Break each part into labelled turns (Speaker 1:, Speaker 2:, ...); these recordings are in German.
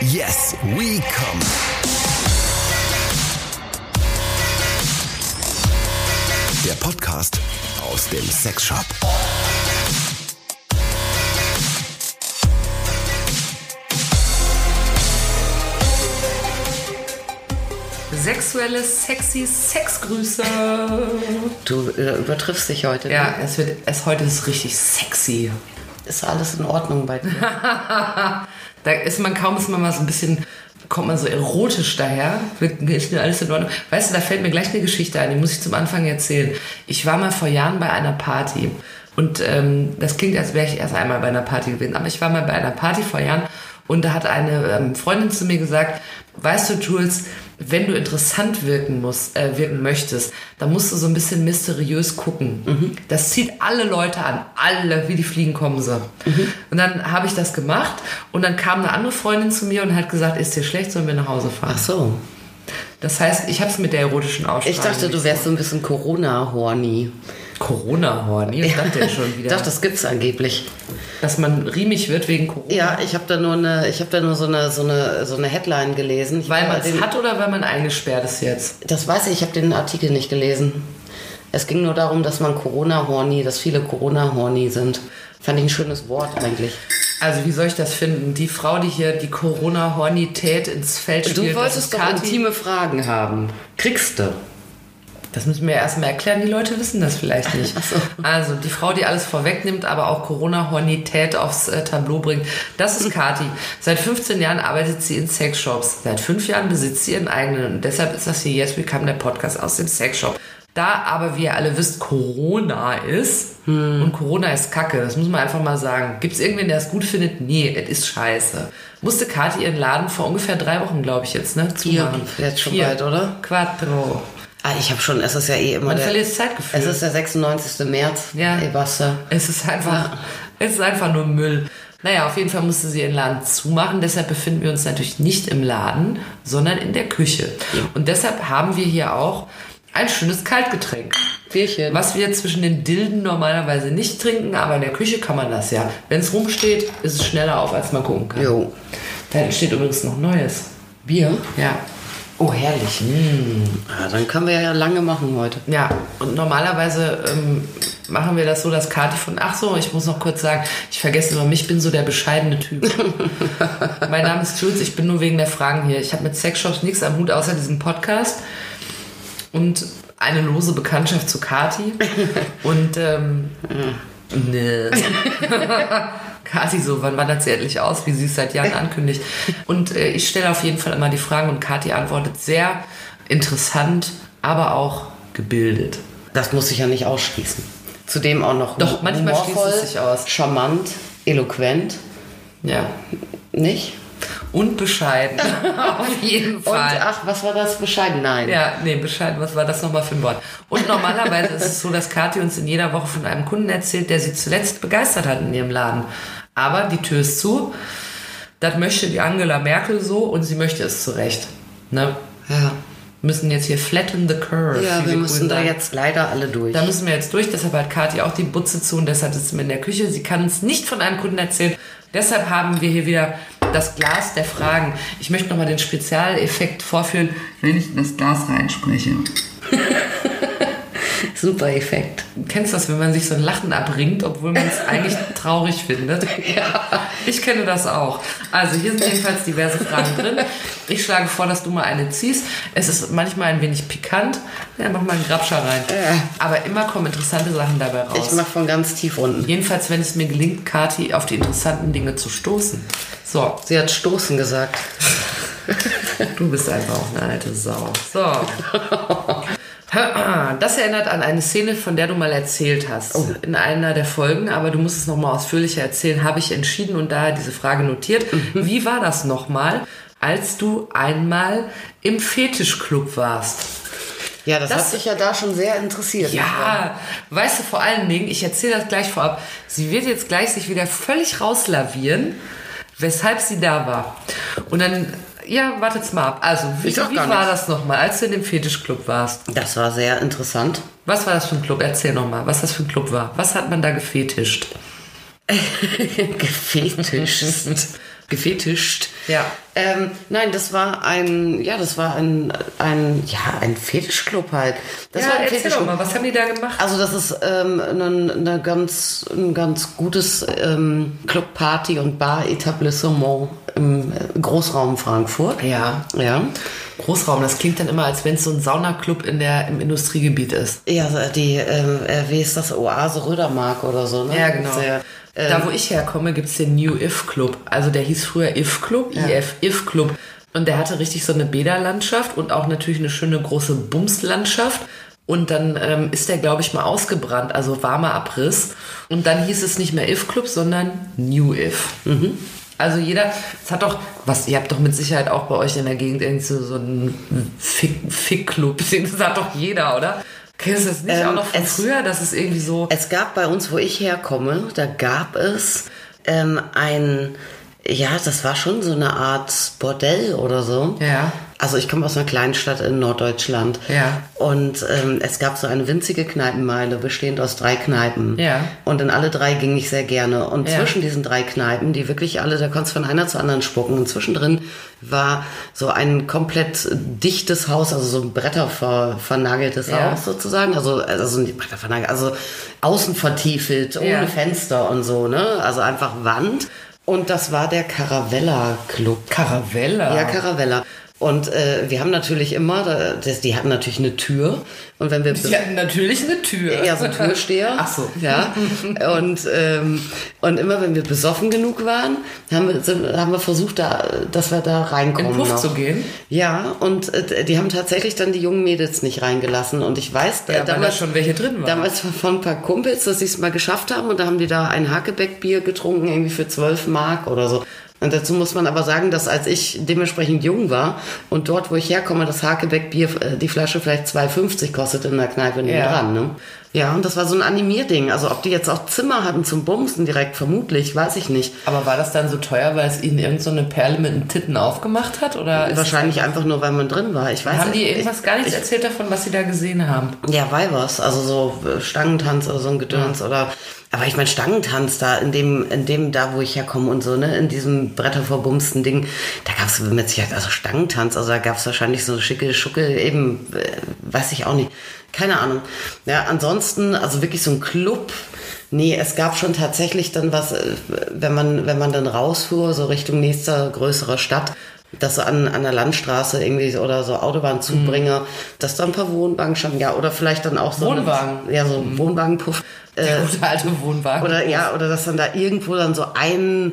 Speaker 1: Yes, we come. Der Podcast aus dem Sexshop.
Speaker 2: Sexuelle, sexy Sexgrüße.
Speaker 3: Du äh, übertriffst dich heute. ne?
Speaker 2: Ja, es wird, es heute ist richtig sexy.
Speaker 3: Ist alles in Ordnung bei dir?
Speaker 2: Da ist man kaum, ist man mal so ein bisschen, kommt man so erotisch daher. Wird- Ist mir alles in Ordnung. Weißt du, da fällt mir gleich eine Geschichte ein, die muss ich zum Anfang erzählen. Ich war mal vor Jahren bei einer Party. Und ähm, das klingt, als wäre ich erst einmal bei einer Party gewesen. Aber ich war mal bei einer Party vor Jahren und da hat eine ähm, Freundin zu mir gesagt, weißt du, Jules, wenn du interessant wirken musst, äh, wirken möchtest, dann musst du so ein bisschen mysteriös gucken.
Speaker 3: Mhm.
Speaker 2: Das zieht alle Leute an, alle, wie die Fliegen kommen so.
Speaker 3: Mhm.
Speaker 2: Und dann habe ich das gemacht und dann kam eine andere Freundin zu mir und hat gesagt, ist dir schlecht, sollen wir nach Hause fahren?
Speaker 3: Ach so.
Speaker 2: Das heißt, ich habe es mit der erotischen Aussprache.
Speaker 3: Ich dachte, du wärst so ein bisschen Corona-horny.
Speaker 2: Corona-Horny, ich dachte ja schon wieder,
Speaker 3: Ich dachte, das gibt's angeblich.
Speaker 2: dass man riemig wird wegen Corona.
Speaker 3: Ja, ich habe da nur eine, ich habe da nur so eine, so eine, so eine Headline gelesen. Ich
Speaker 2: Weil man
Speaker 3: den,
Speaker 2: es hat oder weil man eingesperrt ist jetzt?
Speaker 3: Das weiß ich. Ich habe den Artikel nicht gelesen. Es ging nur darum, dass man Corona-horny, dass viele Corona-horny sind. Fand ich ein schönes Wort eigentlich.
Speaker 2: Also wie soll ich das finden? Die Frau, die hier die Corona-Hornität ins Feld
Speaker 3: Du
Speaker 2: spielt, das
Speaker 3: wolltest
Speaker 2: ist
Speaker 3: doch
Speaker 2: Kathi.
Speaker 3: intime Fragen haben. Kriegst du?
Speaker 2: Das müssen wir erstmal erklären, die Leute wissen das vielleicht nicht.
Speaker 3: Ach so.
Speaker 2: Also die Frau, die alles vorwegnimmt, aber auch Corona-Hornität aufs äh, Tableau bringt, das ist Kati. Seit 15 Jahren arbeitet sie in Sexshops. Seit fünf Jahren besitzt sie ihren eigenen. Und deshalb ist das hier Yes We Come, der Podcast aus dem Sexshop. Da aber, wie ihr alle wisst, Corona ist
Speaker 3: Hm.
Speaker 2: und Corona ist Kacke, das muss man einfach mal sagen. Gibt es irgendwen, der es gut findet? Nee, es ist scheiße. Musste Kati ihren Laden vor ungefähr drei Wochen, glaube ich, jetzt, ne? Zumachen.
Speaker 3: jetzt schon bald, oder?
Speaker 2: Quattro.
Speaker 3: Ah, ich habe schon, es ist ja eh immer
Speaker 2: Man
Speaker 3: der...
Speaker 2: verliert das Zeitgefühl.
Speaker 3: Es ist der 96. März.
Speaker 2: Ja.
Speaker 3: Ey, äh? Basta.
Speaker 2: Es ist einfach, es ist einfach nur Müll. Naja, auf jeden Fall musste sie ihren Laden zumachen. Deshalb befinden wir uns natürlich nicht im Laden, sondern in der Küche. Und deshalb haben wir hier auch ein schönes Kaltgetränk.
Speaker 3: Bierchen.
Speaker 2: Was wir zwischen den Dilden normalerweise nicht trinken, aber in der Küche kann man das ja. Wenn es rumsteht, ist es schneller auf, als man gucken kann.
Speaker 3: Jo.
Speaker 2: Da hinten steht übrigens noch Neues.
Speaker 3: Bier?
Speaker 2: Ja.
Speaker 3: Oh, herrlich. Ah, dann können wir ja lange machen heute.
Speaker 2: Ja, und normalerweise ähm, machen wir das so, dass Kati von, ach so, ich muss noch kurz sagen, ich vergesse immer mich, ich bin so der bescheidene Typ. mein Name ist Jules, ich bin nur wegen der Fragen hier. Ich habe mit Sexshops nichts am Hut, außer diesem Podcast und eine lose Bekanntschaft zu Kati. und, ähm, nee. Kati so, wann wandert sie endlich aus, wie sie es seit Jahren ankündigt. Und äh, ich stelle auf jeden Fall immer die Fragen und Kati antwortet sehr interessant, aber auch gebildet.
Speaker 3: Das muss ich ja nicht ausschließen. Zudem auch noch
Speaker 2: Doch, manchmal schließt es
Speaker 3: humorvoll,
Speaker 2: sich aus.
Speaker 3: charmant, eloquent,
Speaker 2: Ja.
Speaker 3: nicht?
Speaker 2: Und bescheiden. auf jeden
Speaker 3: Und
Speaker 2: Fall.
Speaker 3: ach, was war das? Bescheiden? Nein.
Speaker 2: Ja, nee, bescheiden, was war das nochmal für ein Wort? Und normalerweise ist es so, dass Kathi uns in jeder Woche von einem Kunden erzählt, der sie zuletzt begeistert hat in ihrem Laden. Aber die Tür ist zu. Das möchte die Angela Merkel so und sie möchte es zurecht. Ne?
Speaker 3: Ja,
Speaker 2: Müssen jetzt hier flatten the curve.
Speaker 3: ja
Speaker 2: wie
Speaker 3: wir
Speaker 2: die
Speaker 3: müssen
Speaker 2: Grünen
Speaker 3: da
Speaker 2: sagen.
Speaker 3: jetzt leider alle durch.
Speaker 2: Da müssen wir jetzt durch, deshalb hat Kathi auch die Butze zu und deshalb sitzen wir in der Küche. Sie kann uns nicht von einem Kunden erzählen. Deshalb haben wir hier wieder das Glas der Fragen. Ich möchte nochmal den Spezialeffekt vorführen, wenn ich in das Glas reinspreche.
Speaker 3: Super Effekt.
Speaker 2: Du kennst das, wenn man sich so ein Lachen abringt, obwohl man es eigentlich traurig findet? Ja. Ich kenne das auch. Also hier sind jedenfalls diverse Fragen drin. Ich schlage vor, dass du mal eine ziehst. Es ist manchmal ein wenig pikant. Ja, mach mal einen Grabscher rein. Aber immer kommen interessante Sachen dabei raus.
Speaker 3: Ich mach von ganz tief unten.
Speaker 2: Jedenfalls, wenn es mir gelingt, Kati auf die interessanten Dinge zu stoßen. So,
Speaker 3: Sie hat Stoßen gesagt.
Speaker 2: du bist einfach auch eine alte Sau. So. Das erinnert an eine Szene, von der du mal erzählt hast. In einer der Folgen, aber du musst es nochmal ausführlicher erzählen, habe ich entschieden und daher diese Frage notiert. Wie war das nochmal, als du einmal im Fetischclub warst?
Speaker 3: Ja, das,
Speaker 2: Das-
Speaker 3: hat sich ja da schon sehr interessiert.
Speaker 2: Ja, weißt du, vor allen Dingen, ich erzähle das gleich vorab, sie wird jetzt gleich sich wieder völlig rauslavieren, weshalb sie da war. Und dann, ja, wartet's mal ab. Also, wie,
Speaker 3: Ich sag
Speaker 2: wie
Speaker 3: gar
Speaker 2: war
Speaker 3: nichts.
Speaker 2: das nochmal, als du in dem Fetischclub warst?
Speaker 3: Das war sehr interessant.
Speaker 2: Was war das für ein Club? Erzähl nochmal, was das für ein Club war. Was hat man da gefetischt?
Speaker 3: Gefetischt. Gefetischt.
Speaker 2: Ja.
Speaker 3: Ähm, nein, das war ein, ja, das war ein, ein ja, ein Fetischclub halt. Das
Speaker 2: ja,
Speaker 3: war ein
Speaker 2: erzähl doch mal, was haben die da gemacht?
Speaker 3: Also das ist ähm, ein, eine ganz, ein ganz gutes ähm, Club, Party und Bar-Etablissement im äh, Großraum Frankfurt.
Speaker 2: ja.
Speaker 3: Ja.
Speaker 2: Großraum, das klingt dann immer, als wenn es so ein Saunaclub in der, im Industriegebiet ist.
Speaker 3: Ja, die, ähm, äh, wie ist das, Oase Rödermark oder so, ne?
Speaker 2: genau.
Speaker 3: Sehr, äh,
Speaker 2: da, wo ich herkomme, gibt es den New If Club. Also der hieß früher If Club, IF If Club. Und der hatte richtig so eine Bäderlandschaft und auch natürlich eine schöne große Bumslandschaft. Und dann ähm, ist der, glaube ich, mal ausgebrannt, also warmer Abriss. Und dann hieß es nicht mehr If Club, sondern New If.
Speaker 3: Mhm.
Speaker 2: Also jeder, es hat doch, was, ihr habt doch mit Sicherheit auch bei euch in der Gegend irgendwie so, so einen Fick- Fick-Club. das hat doch jeder, oder? Kennst du das nicht
Speaker 3: Ähm,
Speaker 2: auch noch von
Speaker 3: es-
Speaker 2: früher? Das ist irgendwie so.
Speaker 3: Es gab bei uns, wo ich herkomme, da gab es ähm, ein, ja, das war schon so eine Art Bordell oder so.
Speaker 2: Ja.
Speaker 3: Also ich komme aus einer Kleinstadt in Norddeutschland.
Speaker 2: Ja.
Speaker 3: Und ähm, es gab so eine winzige Kneipenmeile, bestehend aus drei Kneipen.
Speaker 2: Ja.
Speaker 3: Und in alle drei ging ich sehr gerne. Und
Speaker 2: Ja.
Speaker 3: zwischen diesen drei Kneipen, die wirklich alle, da konntest du von einer zur anderen spucken. Und zwischendrin war so ein komplett dichtes Haus, also so ein Bretter ver, vernageltes
Speaker 2: Ja.
Speaker 3: Haus sozusagen. Also, also nicht Bretter vernagelt, also außen vertiefelt, ohne
Speaker 2: Ja.
Speaker 3: Fenster und so, ne? Also einfach Wand. Und das war der Caravella Club.
Speaker 2: Caravella.
Speaker 3: Ja, Caravella. Und äh, wir haben natürlich immer, da- das, die hatten natürlich eine Tür. Und wenn wir
Speaker 2: Die hatten natürlich eine Tür.
Speaker 3: ja, so ein Türsteher.
Speaker 2: Ach so.
Speaker 3: Ja. Und, ähm, und immer wenn wir besoffen genug waren, haben wir, sind, haben wir versucht, da, dass wir da
Speaker 2: In
Speaker 3: reinkommen.
Speaker 2: den Puff
Speaker 3: noch.
Speaker 2: zu gehen.
Speaker 3: Ja, und äh, die haben tatsächlich dann die jungen Mädels nicht reingelassen. Und ich weiß, äh,
Speaker 2: Ja, weil da schon welche drin waren.
Speaker 3: Damals war von ein paar Kumpels, dass sie es mal geschafft haben. Und da haben die da ein Hakebeckbier getrunken, irgendwie für 12 Mark oder so. Und dazu muss man aber sagen, dass als ich dementsprechend jung war und dort, wo ich herkomme, das Hakebeckbier, äh, die Flasche vielleicht 2,50 kostet in der Kneipe
Speaker 2: Ja.
Speaker 3: dran. Ne? Ja, und das war so ein Animierding. Also ob die jetzt auch Zimmer hatten zum Bumsen direkt, vermutlich, weiß ich nicht.
Speaker 2: Aber war das dann so teuer, weil es ihnen irgend so eine Perle mit den Titten aufgemacht hat? Oder ist-
Speaker 3: Wahrscheinlich einfach nur, weil man drin war. Ich weiß
Speaker 2: haben die
Speaker 3: ich-
Speaker 2: irgendwas gar nichts erzählt davon, was sie da gesehen haben?
Speaker 3: Ja, Weibers, also so äh, Stangentanz oder so ein Gedöns oder. Aber ich meine, Stangentanz da, in dem, in dem, da wo ich herkomme und so, ne, in diesem bretterverbumsten Ding, da gab's mit Sicherheit, also Stangentanz, also da gab's wahrscheinlich so schicke Schucke, eben, äh, weiß ich auch nicht. Keine Ahnung. Ja, ansonsten, also wirklich so ein Club. Nee, es gab schon tatsächlich dann was, äh, wenn man, wenn man dann rausfuhr, so Richtung nächster größerer Stadt, dass so an, an der Landstraße irgendwie oder so
Speaker 2: Mhm.
Speaker 3: Autobahnzubringer, dass da ein paar Wohnwagen standen, ja, oder vielleicht dann auch so.
Speaker 2: Wohnwagen? Mhm.
Speaker 3: ja, so ein Wohnwagenpuff. Äh,
Speaker 2: Der gute alte Wohnwagen.
Speaker 3: oder ja, oder dass dann da irgendwo dann so ein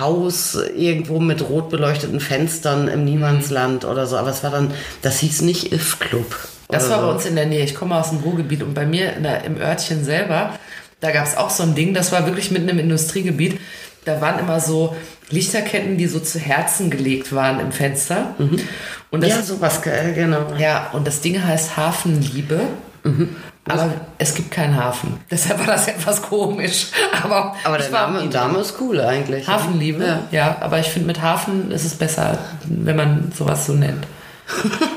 Speaker 3: Haus irgendwo mit rot beleuchteten Fenstern
Speaker 2: Mhm.
Speaker 3: im Niemandsland oder so. Aber es war dann, das hieß nicht If Club.
Speaker 2: das
Speaker 3: oder
Speaker 2: war
Speaker 3: so.
Speaker 2: bei uns in der Nähe. Ich komme aus dem Ruhrgebiet und bei mir in der, im Örtchen selber, da gab es auch so ein Ding, das war wirklich mitten im Industriegebiet. Da waren immer so Lichterketten, die so zu Herzen gelegt waren im Fenster. Und das
Speaker 3: Mhm. Ja, sowas, ge- äh, genau.
Speaker 2: Ja, und das Ding heißt Hafenliebe.
Speaker 3: Mhm.
Speaker 2: Aber es gibt keinen Hafen. Deshalb war das etwas komisch. Aber,
Speaker 3: Aber
Speaker 2: ich
Speaker 3: der
Speaker 2: war
Speaker 3: Name,
Speaker 2: am
Speaker 3: Name ist cool eigentlich. ne?
Speaker 2: Hafenliebe, ja.
Speaker 3: Ja.
Speaker 2: Aber ich finde, mit Hafen ist es besser, wenn man sowas so nennt.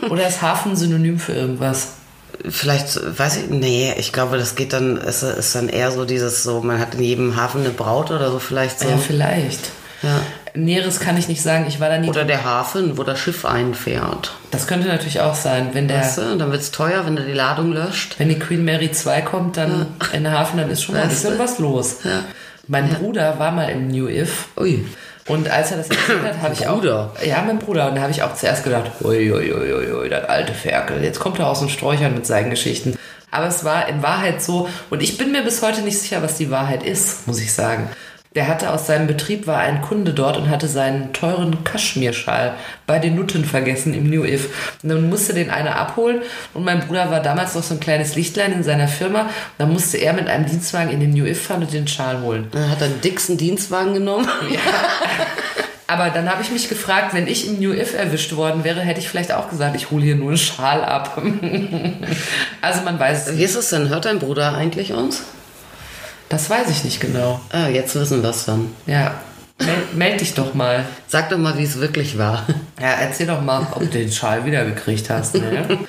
Speaker 2: Oder ist Hafen synonym für irgendwas?
Speaker 3: Vielleicht, weiß ich, nee, ich glaube, das geht dann, es ist dann eher so dieses so, man hat in jedem Hafen eine Braut oder so vielleicht so.
Speaker 2: Ja, vielleicht.
Speaker 3: Ja.
Speaker 2: Näheres kann ich nicht sagen. Ich war da nie.
Speaker 3: Oder der Hafen, wo das Schiff einfährt.
Speaker 2: das könnte natürlich auch sein. Wenn, der,
Speaker 3: Weißt du, und dann wird's teuer, wenn du die Ladung löscht.
Speaker 2: wenn die Queen Mary 2 kommt, dann in den Hafen, dann ist schon mal ein
Speaker 3: Weißt du?
Speaker 2: bisschen was los. Mein Bruder war mal im New If.
Speaker 3: Ui.
Speaker 2: Und als er das erzählt hat, habe ich auch.
Speaker 3: Bruder.
Speaker 2: Ja, mein Bruder. Und da habe ich auch zuerst gedacht, uiuiuiui, das alte Ferkel. Jetzt kommt er aus den Sträuchern mit seinen Geschichten. Aber es war in Wahrheit so. Und ich bin mir bis heute nicht sicher, was die Wahrheit ist, muss ich sagen. Der hatte aus seinem Betrieb, war ein Kunde dort und hatte seinen teuren Kaschmirschal bei den Nutten vergessen im New If. Und dann musste den einer abholen und mein Bruder war damals noch so ein kleines Lichtlein in seiner Firma. Und dann musste er mit einem Dienstwagen in den New If fahren und den Schal holen.
Speaker 3: Dann hat er einen dicksten Dienstwagen genommen.
Speaker 2: Aber dann habe ich mich gefragt, wenn ich im New If erwischt worden wäre, hätte ich vielleicht auch gesagt, ich hole hier nur einen Schal ab. also man weiß es nicht.
Speaker 3: Wie ist es denn? Hört dein Bruder eigentlich uns?
Speaker 2: Das weiß ich nicht genau.
Speaker 3: Ah, jetzt wissen wir's dann.
Speaker 2: Ja. Mel meld dich doch mal.
Speaker 3: Sag doch mal, wie es wirklich war.
Speaker 2: Ja, erzähl doch mal, ob du den Schal wiedergekriegt hast. Ne?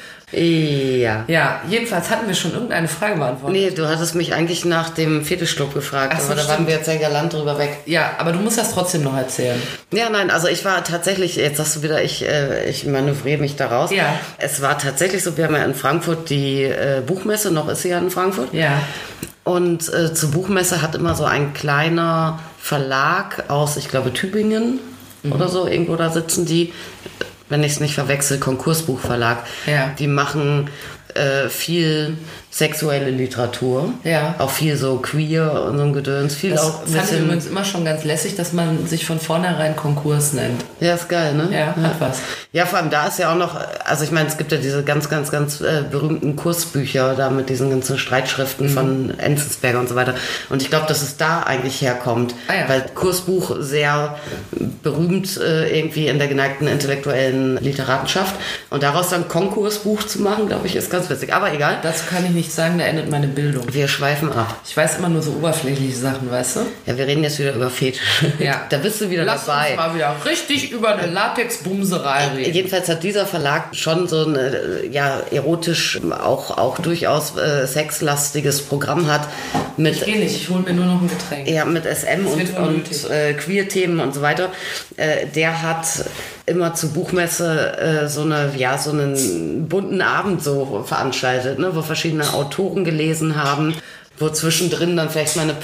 Speaker 3: Ja.
Speaker 2: Ja, jedenfalls hatten wir schon irgendeine Frage beantwortet.
Speaker 3: Nee, du hattest mich eigentlich nach dem Fetischclub gefragt,
Speaker 2: Ach so,
Speaker 3: aber da waren
Speaker 2: stimmt.
Speaker 3: wir jetzt sehr galant drüber weg.
Speaker 2: Ja, aber du musst das trotzdem noch erzählen.
Speaker 3: Ja, nein, also ich war tatsächlich, jetzt hast du wieder, ich, äh, ich manövriere mich da raus.
Speaker 2: Ja.
Speaker 3: Es war tatsächlich so, wir haben ja in Frankfurt die äh, Buchmesse, noch ist sie ja in Frankfurt.
Speaker 2: Ja.
Speaker 3: Und äh, zur Buchmesse hat immer so ein kleiner Verlag aus, ich glaube, Tübingen
Speaker 2: Mhm.
Speaker 3: oder so, irgendwo da sitzen die, wenn ich es nicht verwechsel, Konkursbuchverlag.
Speaker 2: Ja.
Speaker 3: Die machen äh, viel sexuelle Literatur.
Speaker 2: Ja.
Speaker 3: Auch viel so queer und so ein Gedöns. Viel
Speaker 2: Das
Speaker 3: auch ein
Speaker 2: fand ich
Speaker 3: bisschen.
Speaker 2: übrigens immer schon ganz lässig, dass man sich von vornherein Konkurs nennt.
Speaker 3: Ja, ist geil, ne?
Speaker 2: Ja, hat was.
Speaker 3: Ja, vor allem da ist ja auch noch, also ich meine, es gibt ja diese ganz, ganz, ganz äh, berühmten Kursbücher da mit diesen ganzen
Speaker 2: Mhm.
Speaker 3: Streitschriften von Enzensberger und so weiter. Und ich glaube, dass es da eigentlich herkommt,
Speaker 2: Ah ja.
Speaker 3: weil Kursbuch sehr berühmt äh, irgendwie in der geneigten intellektuellen Literatenschaft. Und daraus dann Konkursbuch zu machen, glaube ich, ist ganz witzig. Aber egal,
Speaker 2: Dazu kann ich nicht sagen, da endet meine Bildung.
Speaker 3: wir schweifen ab.
Speaker 2: Ich weiß immer nur so oberflächliche Sachen, weißt du?
Speaker 3: Ja, wir reden jetzt wieder über Fetische. Da bist du wieder
Speaker 2: Lass
Speaker 3: dabei. Äh,
Speaker 2: Uns mal wieder richtig über eine Latex-Bumserei reden.
Speaker 3: Jedenfalls hat dieser Verlag schon so ein äh, ja, erotisch, ähm, auch, auch durchaus äh, sexlastiges Programm hat mit,
Speaker 2: Ich geh nicht, ich hole mir nur noch ein Getränk.
Speaker 3: ja, mit SM
Speaker 2: Es
Speaker 3: und,
Speaker 2: wird unnötig.
Speaker 3: und äh, Queer-Themen und so weiter. Äh, der hat immer zur Buchmesse äh, so, eine, ja, so einen bunten Abend so veranstaltet, ne, wo verschiedene Autoren gelesen haben, wo zwischendrin dann vielleicht mal eine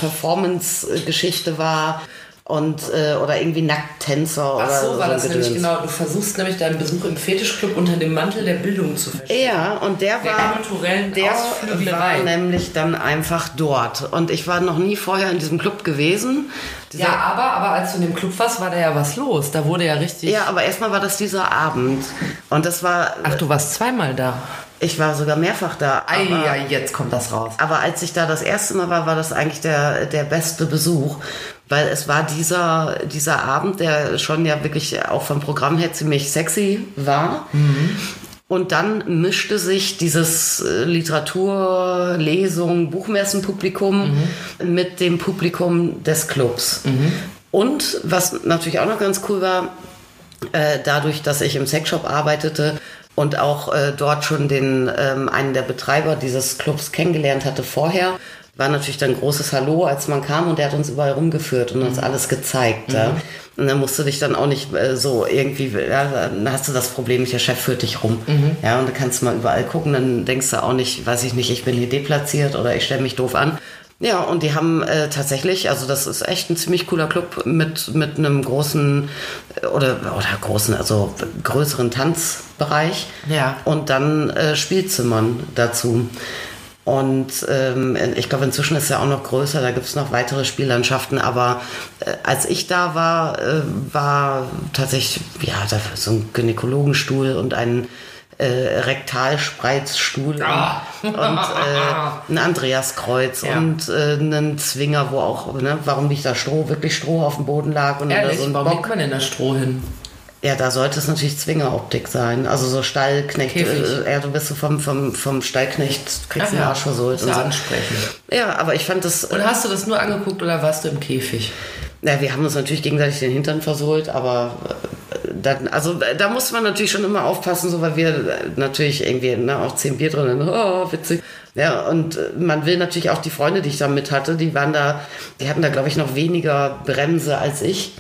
Speaker 3: Performance-Geschichte war. Und, äh, oder irgendwie Nackttänzer oder
Speaker 2: Ach so, war
Speaker 3: ein
Speaker 2: das nämlich
Speaker 3: Gedöns.
Speaker 2: genau. Du versuchst nämlich deinen Besuch im Fetischclub unter dem Mantel der Bildung zu verstehen.
Speaker 3: Ja, und der
Speaker 2: Der
Speaker 3: war,
Speaker 2: kulturellen
Speaker 3: der war
Speaker 2: Ausflügelei.
Speaker 3: nämlich dann einfach dort. Und ich war noch nie vorher in diesem Club gewesen. Dieser,
Speaker 2: Ja, aber, aber als du in dem Club warst, war da ja was los. Da wurde ja richtig.
Speaker 3: ja, aber erstmal war das dieser Abend. Und das war,
Speaker 2: Ach, du warst zweimal da.
Speaker 3: ich war sogar mehrfach da.
Speaker 2: Ei,
Speaker 3: Aber,
Speaker 2: ja, jetzt kommt das raus.
Speaker 3: aber als ich da das erste Mal war, war das eigentlich der, der beste Besuch. Weil es war dieser, dieser Abend, der schon ja wirklich auch vom Programm her ziemlich sexy war. Und dann mischte sich dieses äh, Literatur, Lesung, Buchmessenpublikum mit dem Publikum des Clubs. Und was natürlich auch noch ganz cool war, äh, dadurch, dass ich im Sexshop arbeitete und auch äh, dort schon den ähm, einen der Betreiber dieses Clubs kennengelernt hatte vorher, war natürlich dann großes Hallo, als man kam und der hat uns überall rumgeführt und uns alles gezeigt. Ja. Und dann musst du dich dann auch nicht äh, so irgendwie, ja, dann hast du das Problem, der Chef führt dich rum. Ja, und dann kannst du mal überall gucken, dann denkst du auch nicht, weiß ich nicht, ich bin hier deplatziert oder ich stelle mich doof an. Ja, und die haben äh, tatsächlich, also das ist echt ein ziemlich cooler Club mit, mit einem großen äh, oder, oder großen, also größeren Tanzbereich.
Speaker 2: Ja.
Speaker 3: Und dann äh, Spielzimmern dazu. Und ähm, ich glaube, inzwischen ist er auch noch größer, da gibt es noch weitere Spiellandschaften. Aber äh, als ich da war, äh, war tatsächlich ja, da war so ein Gynäkologenstuhl und ein äh, Rektalspreizstuhl
Speaker 2: Ah.
Speaker 3: und, und äh, ein Andreaskreuz
Speaker 2: Ja.
Speaker 3: und äh, einen Zwinger, wo auch, ne, warum liegt da Stroh, wirklich Stroh auf dem Boden lag und da
Speaker 2: Ehrlich,
Speaker 3: so ein
Speaker 2: warum
Speaker 3: Bock.
Speaker 2: legt man denn da Stroh hin?
Speaker 3: Ja, da sollte es natürlich Zwingeroptik sein. Also so Stallknecht.
Speaker 2: Käfig.
Speaker 3: Äh, ja, du bist so vom, vom, vom Stallknecht, kriegst einen Arsch versohlt.
Speaker 2: Ist
Speaker 3: Und
Speaker 2: ja
Speaker 3: so.
Speaker 2: ansprechend.
Speaker 3: Ja, aber ich fand das.
Speaker 2: Und hast du das nur angeguckt oder warst du im Käfig?
Speaker 3: Ja, wir haben uns natürlich gegenseitig den Hintern versohlt, aber äh, dann, also äh, da muss man natürlich schon immer aufpassen, so weil wir äh, natürlich irgendwie ne, auch zehn Bier drin, und, oh, witzig. Ja, und äh, man will natürlich auch die Freunde, die ich da mit hatte, die waren da, die hatten da, glaube ich, noch weniger Bremse als ich.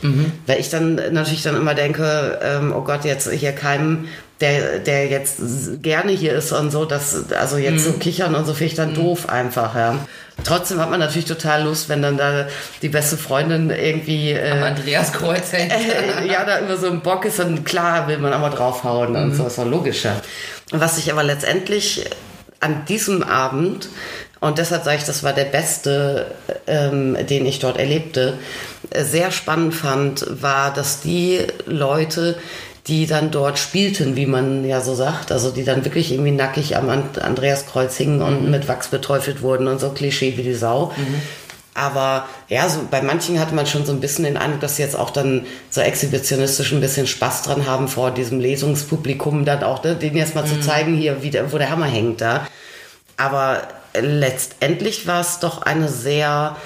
Speaker 3: Weil ich dann natürlich dann immer denke, ähm, oh Gott, jetzt hier keinem, der, der jetzt s- gerne hier ist und so, das, also jetzt so kichern und so finde ich dann doof einfach, ja. Trotzdem hat man natürlich total Lust, wenn dann da die beste Freundin irgendwie äh,
Speaker 2: Andreas Kreuz hängt.
Speaker 3: ja da über so einen Bock ist, dann klar will man aber draufhauen und so, ist doch logischer. Was ich aber letztendlich an diesem Abend, und deshalb sage ich, das war der beste, ähm, den ich dort erlebte, äh, sehr spannend fand, war, dass die Leute, die dann dort spielten, wie man ja so sagt, also die dann wirklich irgendwie nackig am An- Andreaskreuz hingen und mit Wachs betäufelt wurden und so Klischee wie die Sau. Aber ja, so bei manchen hatte man schon so ein bisschen den Eindruck, dass sie jetzt auch dann so exhibitionistisch ein bisschen Spaß dran haben, vor diesem Lesungspublikum dann auch, ne, denen jetzt mal zu zeigen, hier, wie der, wo der Hammer hängt da. Aber letztendlich war es doch eine sehr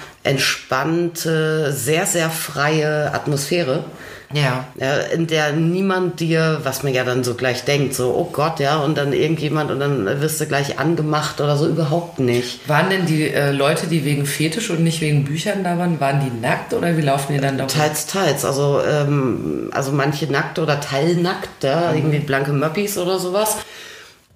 Speaker 3: entspannte, sehr, sehr freie Atmosphäre.
Speaker 2: Ja.
Speaker 3: Ja, in der niemand dir, was man ja dann so gleich denkt, so, oh Gott, ja, und dann irgendjemand und dann wirst du gleich angemacht oder so, überhaupt nicht.
Speaker 2: Waren denn die äh, Leute, die wegen Fetisch und nicht wegen Büchern da waren, waren die nackt oder wie laufen die dann da rum?
Speaker 3: Teils, teils. Also, ähm, also manche nackt oder teilnackt, ja,
Speaker 2: Mhm.
Speaker 3: irgendwie blanke Möppis oder sowas.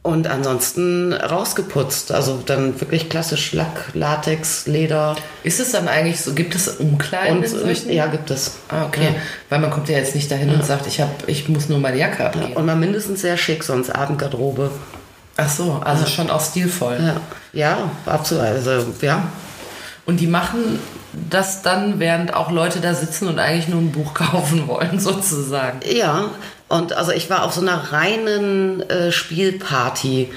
Speaker 3: Und ansonsten rausgeputzt. Also dann wirklich klassisch Lack, Latex, Leder.
Speaker 2: Ist es dann eigentlich so, gibt es Umkleiden
Speaker 3: Und
Speaker 2: in solchen?
Speaker 3: ja, gibt es.
Speaker 2: Ah, okay. Weil man kommt äh, ja jetzt nicht dahin und sagt, ich, hab, ich muss nur meine Jacke abgeben.
Speaker 3: Und mal mindestens sehr schick, sonst Abendgarderobe.
Speaker 2: Ach so, also schon auch stilvoll.
Speaker 3: Ja, ja absolut. Also, ja.
Speaker 2: Und die machen das dann, während auch Leute da sitzen und eigentlich nur ein Buch kaufen wollen, sozusagen.
Speaker 3: Ja, und also ich war auf so einer reinen äh, Spielparty,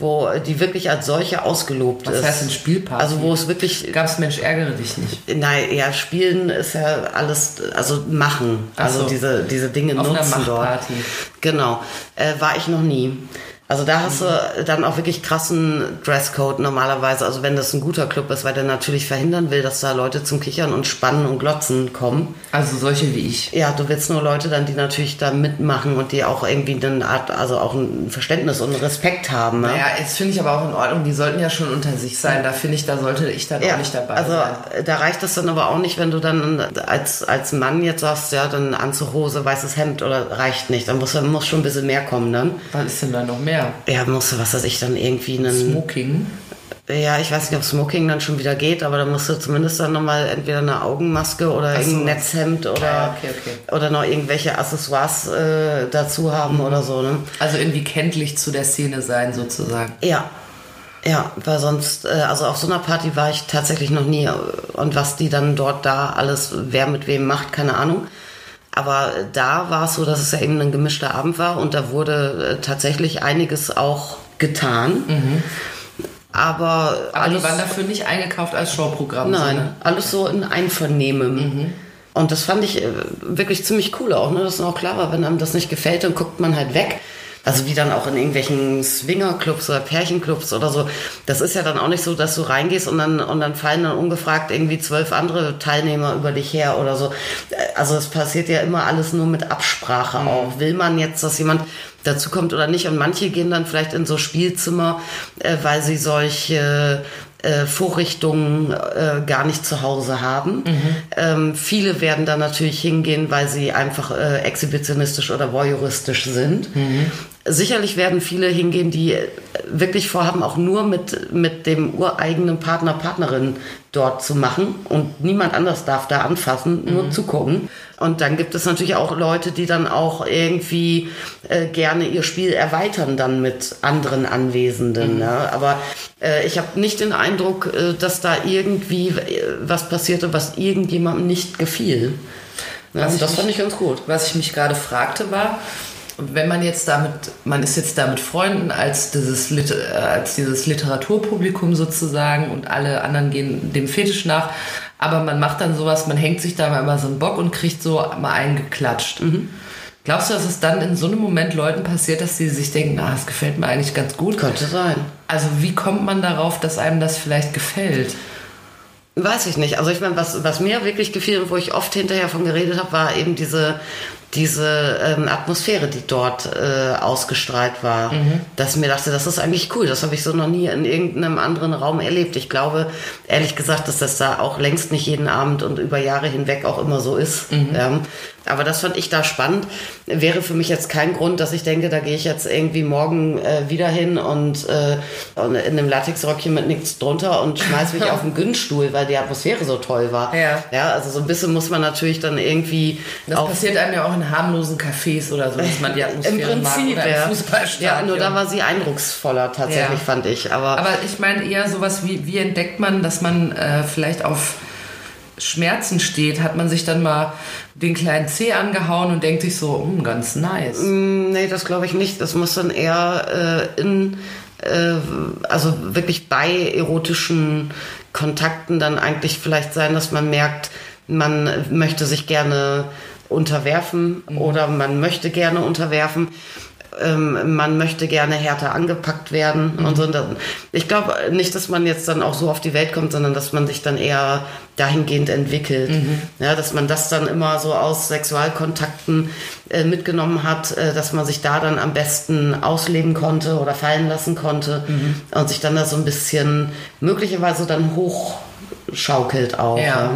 Speaker 3: wo äh, die wirklich als solche ausgelobt
Speaker 2: Mhm. Was
Speaker 3: ist.
Speaker 2: heißt denn Spielparty?
Speaker 3: Also wo es wirklich
Speaker 2: Gab's Mensch, ärgere dich nicht.
Speaker 3: Nein, ja, spielen ist ja alles, also machen,
Speaker 2: Ach
Speaker 3: also
Speaker 2: so.
Speaker 3: diese, diese Dinge
Speaker 2: Auf einer
Speaker 3: nutzen dort.
Speaker 2: Machparty.
Speaker 3: Genau, äh, war ich noch nie. Also da hast du
Speaker 2: Mhm.
Speaker 3: dann auch wirklich krassen Dresscode normalerweise, also wenn das ein guter Club ist, weil der natürlich verhindern will, dass da Leute zum Kichern und Spannen und Glotzen kommen.
Speaker 2: Also solche wie ich.
Speaker 3: Ja, du willst nur Leute dann, die natürlich da mitmachen und die auch irgendwie eine Art, also auch ein Verständnis und einen Respekt haben. Ne?
Speaker 2: Ja, jetzt finde ich aber auch in Ordnung, die sollten ja schon unter sich sein. Da finde ich, da sollte ich dann auch nicht dabei
Speaker 3: also
Speaker 2: sein.
Speaker 3: äh, da reicht es dann aber auch nicht, wenn du dann als, als Mann jetzt sagst, ja, dann Anzughose, weißes Hemd oder reicht nicht. Dann muss, dann muss schon ein bisschen mehr kommen dann.
Speaker 2: Was ist denn da noch mehr?
Speaker 3: Ja, musst du, was weiß ich, dann irgendwie einen,
Speaker 2: Smoking?
Speaker 3: ja, ich weiß nicht, ob Smoking dann schon wieder geht, aber dann musst du zumindest dann nochmal entweder eine Augenmaske oder irgendein Netzhemd oder,
Speaker 2: Ah, okay, okay. Mhm.
Speaker 3: oder noch irgendwelche Accessoires äh, dazu haben oder so, ne?
Speaker 2: Also irgendwie kenntlich zu der Szene sein, sozusagen.
Speaker 3: Ja. Ja, weil sonst, äh, also auf so einer Party war ich tatsächlich noch nie. Und was die dann dort da alles, wer mit wem macht, keine Ahnung. Aber da war es so, dass es ja eben ein gemischter Abend war und da wurde äh, tatsächlich einiges auch getan. Aber,
Speaker 2: Aber
Speaker 3: alles,
Speaker 2: die waren dafür nicht eingekauft als Showprogramm. sondern-
Speaker 3: nein, alles so in Einvernehmen. Und das fand ich äh, wirklich ziemlich cool auch, ne? dass dann auch klar war, wenn einem das nicht gefällt, dann guckt man halt weg. Also wie dann auch in irgendwelchen Swingerclubs oder Pärchenclubs oder so. Das ist ja dann auch nicht so, dass du reingehst und dann, und dann fallen dann ungefragt irgendwie zwölf andere Teilnehmer über dich her oder so. Äh, Also es passiert ja immer alles nur mit Absprache auch. Will man jetzt, dass jemand dazu kommt oder nicht? Und manche gehen dann vielleicht in so Spielzimmer, äh, weil sie solche äh, Vorrichtungen äh, gar nicht zu Hause haben. Ähm, viele werden dann natürlich hingehen, weil sie einfach äh, exhibitionistisch oder voyeuristisch sind. Sicherlich werden viele hingehen, die äh, wirklich vorhaben, auch nur mit, mit dem ureigenen Partner, Partnerin dort zu machen und niemand anders darf da anfassen,
Speaker 2: Mhm.
Speaker 3: nur zugucken. Und dann gibt es natürlich auch Leute, die dann auch irgendwie äh, gerne ihr Spiel erweitern dann mit anderen Anwesenden.
Speaker 2: Mhm.
Speaker 3: Ne? Aber äh, ich habe nicht den Eindruck, äh, dass da irgendwie äh, was passierte, was irgendjemandem nicht gefiel. Ne?
Speaker 2: Was
Speaker 3: und
Speaker 2: ich
Speaker 3: das
Speaker 2: mich-
Speaker 3: fand ich ganz gut.
Speaker 2: Was ich mich gerade fragte war, wenn man jetzt damit, man ist jetzt da mit Freunden als dieses, Lit äh, als dieses Literaturpublikum sozusagen und alle anderen gehen dem Fetisch nach, aber man macht dann sowas, man hängt sich da mal immer so einen Bock und kriegt so mal eingeklatscht.
Speaker 3: Mhm.
Speaker 2: Glaubst du, dass es dann in so einem Moment Leuten passiert, dass sie sich denken, ah, es gefällt mir eigentlich ganz gut?
Speaker 3: Könnte sein.
Speaker 2: Also wie kommt man darauf, dass einem das vielleicht gefällt?
Speaker 3: Weiß ich nicht. Also ich meine, was, was mir wirklich gefiel und wo ich oft hinterher von geredet habe, war eben diese, diese ähm, Atmosphäre, die dort äh, ausgestrahlt war. Dass ich mir dachte, das ist eigentlich cool. Das habe ich so noch nie in irgendeinem anderen Raum erlebt. Ich glaube, ehrlich gesagt, dass das da auch längst nicht jeden Abend und über Jahre hinweg auch immer so ist. Ähm, aber das fand ich da spannend. Wäre für mich jetzt kein Grund, dass ich denke, da gehe ich jetzt irgendwie morgen äh, wieder hin und, äh, und in einem Latexröckchen mit nichts drunter und schmeiß mich auf den Günststuhl, weil die Atmosphäre so toll war.
Speaker 2: Ja.
Speaker 3: Ja, also so ein bisschen muss man natürlich dann irgendwie
Speaker 2: Das
Speaker 3: auch
Speaker 2: passiert einem ja auch in harmlosen Cafés oder so, dass man die Atmosphäre
Speaker 3: im Prinzip
Speaker 2: mag oder
Speaker 3: ja.
Speaker 2: im Fußballstadion.
Speaker 3: Ja, nur da war sie eindrucksvoller tatsächlich,
Speaker 2: Ja.
Speaker 3: fand ich. Aber,
Speaker 2: Aber ich meine eher sowas wie, wie entdeckt man, dass man äh, vielleicht auf Schmerzen steht? Hat man sich dann mal den kleinen Zeh angehauen und denkt sich so, hm, ganz nice.
Speaker 3: ähm, Nee, das glaube ich nicht. Das muss dann eher äh, in, äh, also wirklich bei erotischen Kontakten dann eigentlich vielleicht sein, dass man merkt, man
Speaker 2: Mhm.
Speaker 3: möchte sich gerne unterwerfen oder man möchte gerne unterwerfen. ähm, man möchte gerne härter angepackt werden mhm. und so. Und dann, ich glaube nicht, dass man jetzt dann auch so auf die Welt kommt, sondern dass man sich dann eher dahingehend entwickelt. Mhm. Ja, dass man das dann immer so aus Sexualkontakten äh, mitgenommen hat, äh, dass man sich da dann am besten ausleben konnte oder fallen lassen konnte mhm. und sich dann da so ein bisschen möglicherweise dann hochschaukelt auch.
Speaker 2: Ja.
Speaker 3: ja.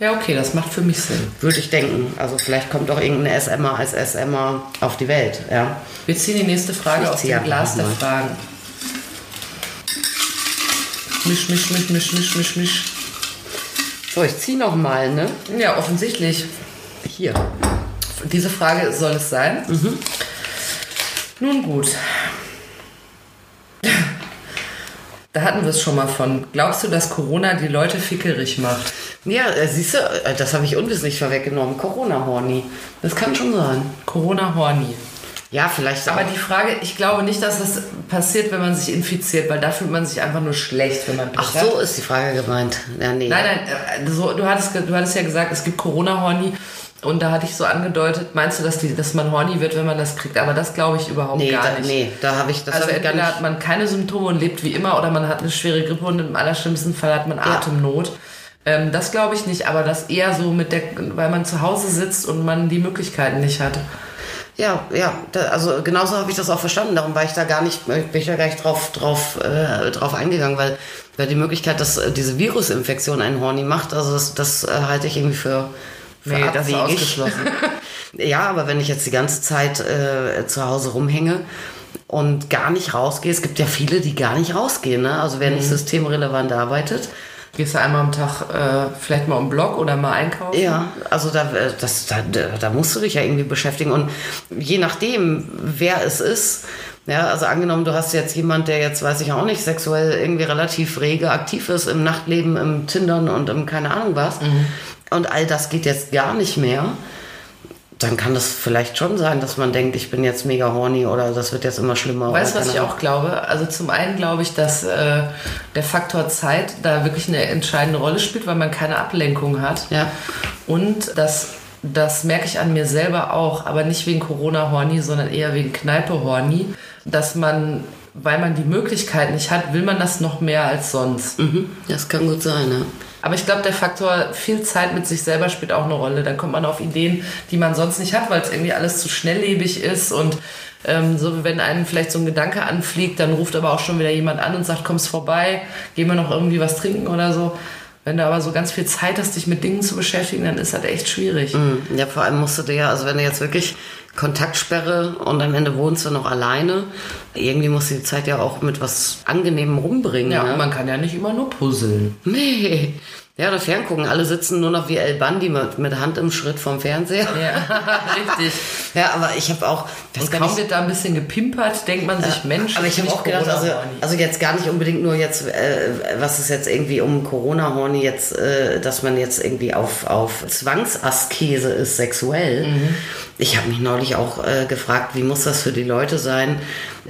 Speaker 2: Ja, okay, das macht für mich Sinn.
Speaker 3: Würde ich denken. Also vielleicht kommt auch irgendeine SMer als SMer auf die Welt. Ja.
Speaker 2: Wir ziehen die nächste Frage aus dem Glas der
Speaker 3: mal.
Speaker 2: Fragen. Misch, misch, misch, misch, misch, misch, misch.
Speaker 3: So, ich zieh noch mal, ne?
Speaker 2: Ja, offensichtlich.
Speaker 3: Hier.
Speaker 2: Diese Frage soll es sein.
Speaker 3: Mhm.
Speaker 2: Nun gut. Da hatten wir es schon mal von. Glaubst du, dass Corona die Leute fickerig macht?
Speaker 3: Ja, äh, siehst du, äh, das habe ich unwissentlich vorweggenommen. Corona-Horny. Das kann schon sein.
Speaker 2: Corona horny.
Speaker 3: Ja, vielleicht
Speaker 2: Aber
Speaker 3: auch.
Speaker 2: die Frage, ich glaube nicht, dass das passiert, wenn man sich infiziert, weil da fühlt man sich einfach nur schlecht, wenn man Pech
Speaker 3: Ach,
Speaker 2: hat.
Speaker 3: so ist die Frage gemeint. Ja, nee.
Speaker 2: Nein, nein, äh, so, du, hattest, ge- du hattest ja gesagt, es gibt Corona-Horny. Und da hatte ich so angedeutet, meinst du, dass, die, dass man horny wird, wenn man das kriegt? Aber das glaube ich überhaupt
Speaker 3: nee,
Speaker 2: gar
Speaker 3: da,
Speaker 2: nicht.
Speaker 3: nee, da habe ich das
Speaker 2: also
Speaker 3: hab ich gar
Speaker 2: entweder
Speaker 3: nicht.
Speaker 2: hat man keine Symptome und lebt wie immer oder man hat eine schwere Grippe und im allerschlimmsten Fall hat man Atemnot. Ähm, das glaube ich nicht, aber das eher so mit der, weil man zu Hause sitzt und man die Möglichkeiten nicht hat.
Speaker 3: Ja, ja, da, also genauso habe ich das auch verstanden. Darum war ich da gar nicht, äh, bin ich da gar nicht drauf, drauf, äh, drauf eingegangen, weil, weil die Möglichkeit, dass äh, diese Virusinfektion einen Horny macht, also das, das äh, halte ich irgendwie für, für
Speaker 2: Nee, das ist
Speaker 3: abwegig.
Speaker 2: ausgeschlossen.
Speaker 3: ja, aber wenn ich jetzt die ganze Zeit äh, zu Hause rumhänge und gar nicht rausgehe, es gibt ja viele, die gar nicht rausgehen, ne? also wer
Speaker 2: Mhm.
Speaker 3: nicht systemrelevant arbeitet.
Speaker 2: Gehst du einmal am Tag äh, vielleicht mal im Block oder mal einkaufen?
Speaker 3: Ja, also da, äh, das, da, da musst du dich ja irgendwie beschäftigen. Und je nachdem, wer es ist, ja, also angenommen, du hast jetzt jemand, der jetzt, weiß ich auch nicht, sexuell irgendwie relativ rege aktiv ist im Nachtleben, im Tindern und im keine Ahnung was. Und all das geht jetzt gar nicht mehr. Dann kann das vielleicht schon sein, dass man denkt, ich bin jetzt mega horny oder das wird jetzt immer schlimmer.
Speaker 2: Weißt du,
Speaker 3: oder
Speaker 2: was
Speaker 3: keine
Speaker 2: ich
Speaker 3: Ahnung.
Speaker 2: auch glaube? Also zum einen glaube ich, dass äh, der Faktor Zeit da wirklich eine entscheidende Rolle spielt, weil man keine Ablenkung hat.
Speaker 3: Ja.
Speaker 2: Und das, das merke ich an mir selber auch, aber nicht wegen Corona-Horny, sondern eher wegen Kneipe-Horny, dass man, weil man die Möglichkeit nicht hat, will man das noch mehr als sonst.
Speaker 3: Mhm, das kann gut sein, ne?
Speaker 2: Aber ich glaube, der Faktor viel Zeit mit sich selber spielt auch eine Rolle. Dann kommt man auf Ideen, die man sonst nicht hat, weil es irgendwie alles zu schnelllebig ist und ähm, so, wenn einem vielleicht so ein Gedanke anfliegt, dann ruft aber auch schon wieder jemand an und sagt, kommst vorbei, gehen wir noch irgendwie was trinken oder so. Wenn du aber so ganz viel Zeit hast, dich mit Dingen zu beschäftigen, dann ist das echt schwierig.
Speaker 3: Ja, vor allem musst du dir ja, also wenn du jetzt wirklich Kontaktsperre und am Ende wohnst du noch alleine, irgendwie musst du die Zeit ja auch mit was Angenehmem rumbringen.
Speaker 2: Ja,
Speaker 3: ne?
Speaker 2: und man kann ja nicht immer nur puzzeln.
Speaker 3: nee. Ja, oder ferngucken. Alle sitzen nur noch wie El Bandi mit, mit Hand im Schritt vom Fernseher.
Speaker 2: Ja, richtig.
Speaker 3: Ja, aber ich habe auch, weiß
Speaker 2: Und
Speaker 3: gar
Speaker 2: kaum
Speaker 3: nicht,
Speaker 2: wird da ein bisschen gepimpert, denkt man sich, Mensch,
Speaker 3: aber ich
Speaker 2: bin
Speaker 3: habe auch gedacht, also,
Speaker 2: Corona-Horny.
Speaker 3: also jetzt gar nicht unbedingt nur jetzt, äh, was ist jetzt irgendwie um Corona-Horny jetzt, äh, dass man jetzt irgendwie auf, auf Zwangsaskese ist sexuell.
Speaker 2: Mhm.
Speaker 3: Ich habe mich neulich auch äh, gefragt, wie muss das für die Leute sein,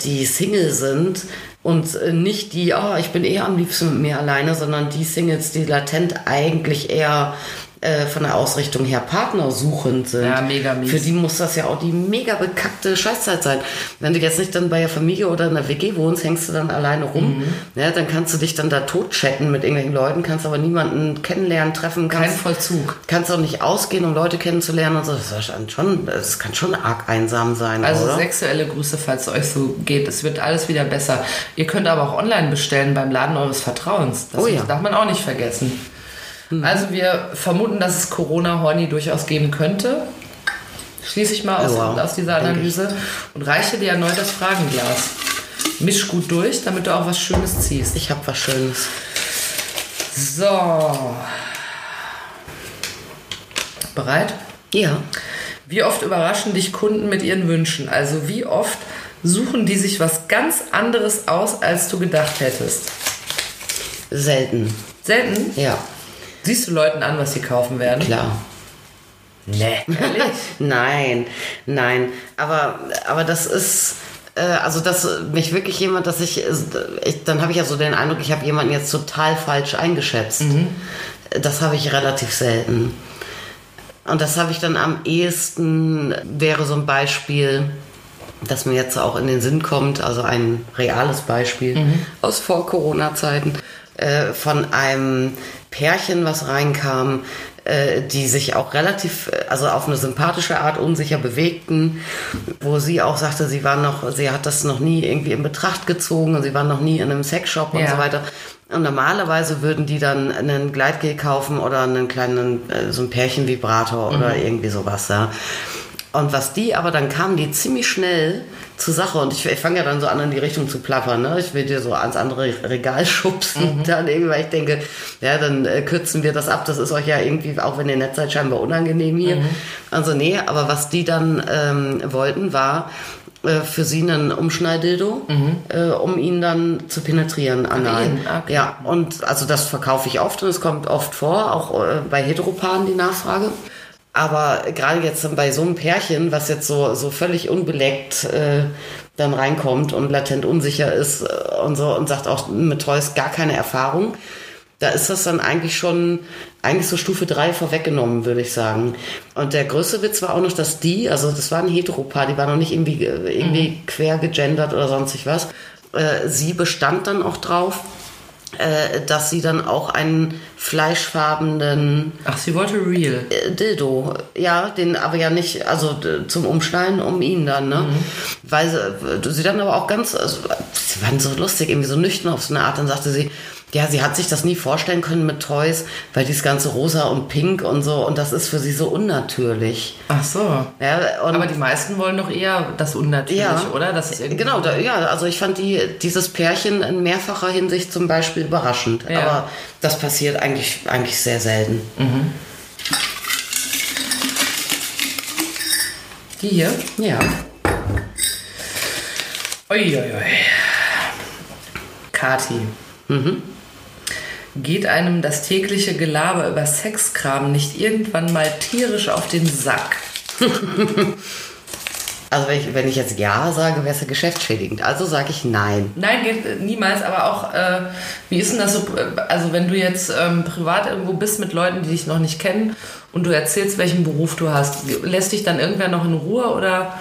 Speaker 3: die Single sind und äh, nicht die, ah, ich bin eher am liebsten mit mir alleine, sondern die Singles, die latent eigentlich eher äh, von der Ausrichtung her partnersuchend sind.
Speaker 2: Ja, mega mies.
Speaker 3: Für die muss das ja auch die mega bekackte Scheißzeit sein. Wenn du jetzt nicht dann bei der Familie oder in der WG wohnst, hängst du dann alleine rum.
Speaker 2: Mhm.
Speaker 3: Ja, dann kannst du dich dann da tot chatten mit irgendwelchen Leuten, kannst aber niemanden kennenlernen, treffen.
Speaker 2: Kein
Speaker 3: Kannst,
Speaker 2: Vollzug.
Speaker 3: kannst auch nicht ausgehen, um Leute kennenzulernen und so. Das, ist schon- schon, das kann schon arg einsam sein,
Speaker 2: Also
Speaker 3: oder?
Speaker 2: sexuelle Grüße, falls es euch so geht. Es wird alles wieder besser. Ihr könnt aber auch online bestellen beim Laden eures Vertrauens. Das
Speaker 3: Oh ja. Hm.
Speaker 2: darf man auch nicht vergessen. Also wir vermuten, dass es Corona-Horny durchaus geben könnte. Schließe ich mal aus,
Speaker 3: Oh, wow.
Speaker 2: aus dieser
Speaker 3: Denke
Speaker 2: Analyse und reiche dir erneut das Fragenglas. Misch gut durch, damit du auch was Schönes ziehst.
Speaker 3: Ich hab was Schönes.
Speaker 2: So. Bereit?
Speaker 3: Ja.
Speaker 2: Wie oft überraschen dich Kunden mit ihren Wünschen? Also wie oft suchen die sich was ganz anderes aus, als du gedacht hättest?
Speaker 3: Selten.
Speaker 2: Selten
Speaker 3: Ja,
Speaker 2: siehst du Leuten an, was sie kaufen werden.
Speaker 3: klar.
Speaker 2: Nee.
Speaker 3: nein, nein. Aber, aber das ist. äh, Also, dass mich wirklich jemand, dass ich, äh, ich dann habe ich ja so den Eindruck, ich habe jemanden jetzt total falsch eingeschätzt. Das habe ich relativ selten. Und das habe ich dann am ehesten, wäre so ein Beispiel, das mir jetzt auch in den Sinn kommt, also ein reales Beispiel aus Vor-Corona-Zeiten, äh, von einem Pärchen, was reinkam, äh, die sich auch relativ, äh, also auf eine sympathische Art unsicher bewegten, wo sie auch sagte, sie war noch, sie hat das noch nie irgendwie in Betracht gezogen, und sie war noch nie in einem Sexshop und
Speaker 2: Ja.
Speaker 3: so weiter. Und normalerweise würden die dann einen Gleitgel kaufen oder einen kleinen, äh, so ein Pärchenvibrator oder irgendwie sowas, ja. Und was die, aber dann kamen die ziemlich schnell zur Sache und ich, ich fange ja dann so an, in die Richtung zu plappern. Ne? Ich will dir so ans andere Regal schubsen, dann irgendwie, weil ich denke, ja, dann äh, kürzen wir das ab. Das ist euch ja irgendwie, auch wenn ihr nett seid, scheinbar unangenehm hier. Also nee, aber was die dann ähm, wollten, war äh, für sie einen Umschneidildo, äh, um ihn dann zu penetrieren. anal.
Speaker 2: ihn, okay.
Speaker 3: Ja, und also das verkaufe ich oft und es kommt oft vor, auch äh, bei Heteropaaren die Nachfrage. Aber gerade jetzt dann bei so einem Pärchen, was jetzt so, so völlig unbeleckt äh, dann reinkommt und latent unsicher ist äh, und so und sagt auch mit Toys gar keine Erfahrung, da ist das dann eigentlich schon eigentlich so Stufe 3 vorweggenommen, würde ich sagen. Und der größte Witz war auch noch, dass die, also das war ein Heteropaar, die war noch nicht irgendwie, äh, irgendwie quer gegendert oder sonstig was. Äh, sie bestand dann auch drauf, äh, dass sie dann auch einen fleischfarbenen
Speaker 2: Ach, sie wollte real.
Speaker 3: äh, Dildo, ja, den aber ja nicht, also d- zum Umschneiden um ihn dann, ne? Weil sie, sie dann aber auch ganz, also, sie waren so lustig, irgendwie so nüchtern auf so eine Art, dann sagte sie, ja, sie hat sich das nie vorstellen können mit Toys, weil dieses ganze rosa und pink und so, und das ist für sie so unnatürlich.
Speaker 2: Ach so.
Speaker 3: Ja, und
Speaker 2: Aber die meisten wollen doch eher das Unnatürliche,
Speaker 3: Ja.
Speaker 2: oder? Das ist irgendwie
Speaker 3: Genau, da, ja, also ich fand die, dieses Pärchen in mehrfacher Hinsicht zum Beispiel überraschend.
Speaker 2: Ja.
Speaker 3: Aber das passiert eigentlich, eigentlich sehr selten.
Speaker 2: Die hier.
Speaker 3: Ja.
Speaker 2: Uiuiui. Kati. Mhm. Geht einem das tägliche Gelaber über Sexkram nicht irgendwann mal tierisch auf den Sack?
Speaker 3: Also wenn ich, wenn ich jetzt Ja sage, wäre es ja geschäftsschädigend. Also sage ich Nein.
Speaker 2: Nein, geht äh, niemals, aber auch, äh, wie ist denn das so, äh, also wenn du jetzt ähm, privat irgendwo bist mit Leuten, die dich noch nicht kennen und du erzählst, welchen Beruf du hast, lässt dich dann irgendwer noch in Ruhe oder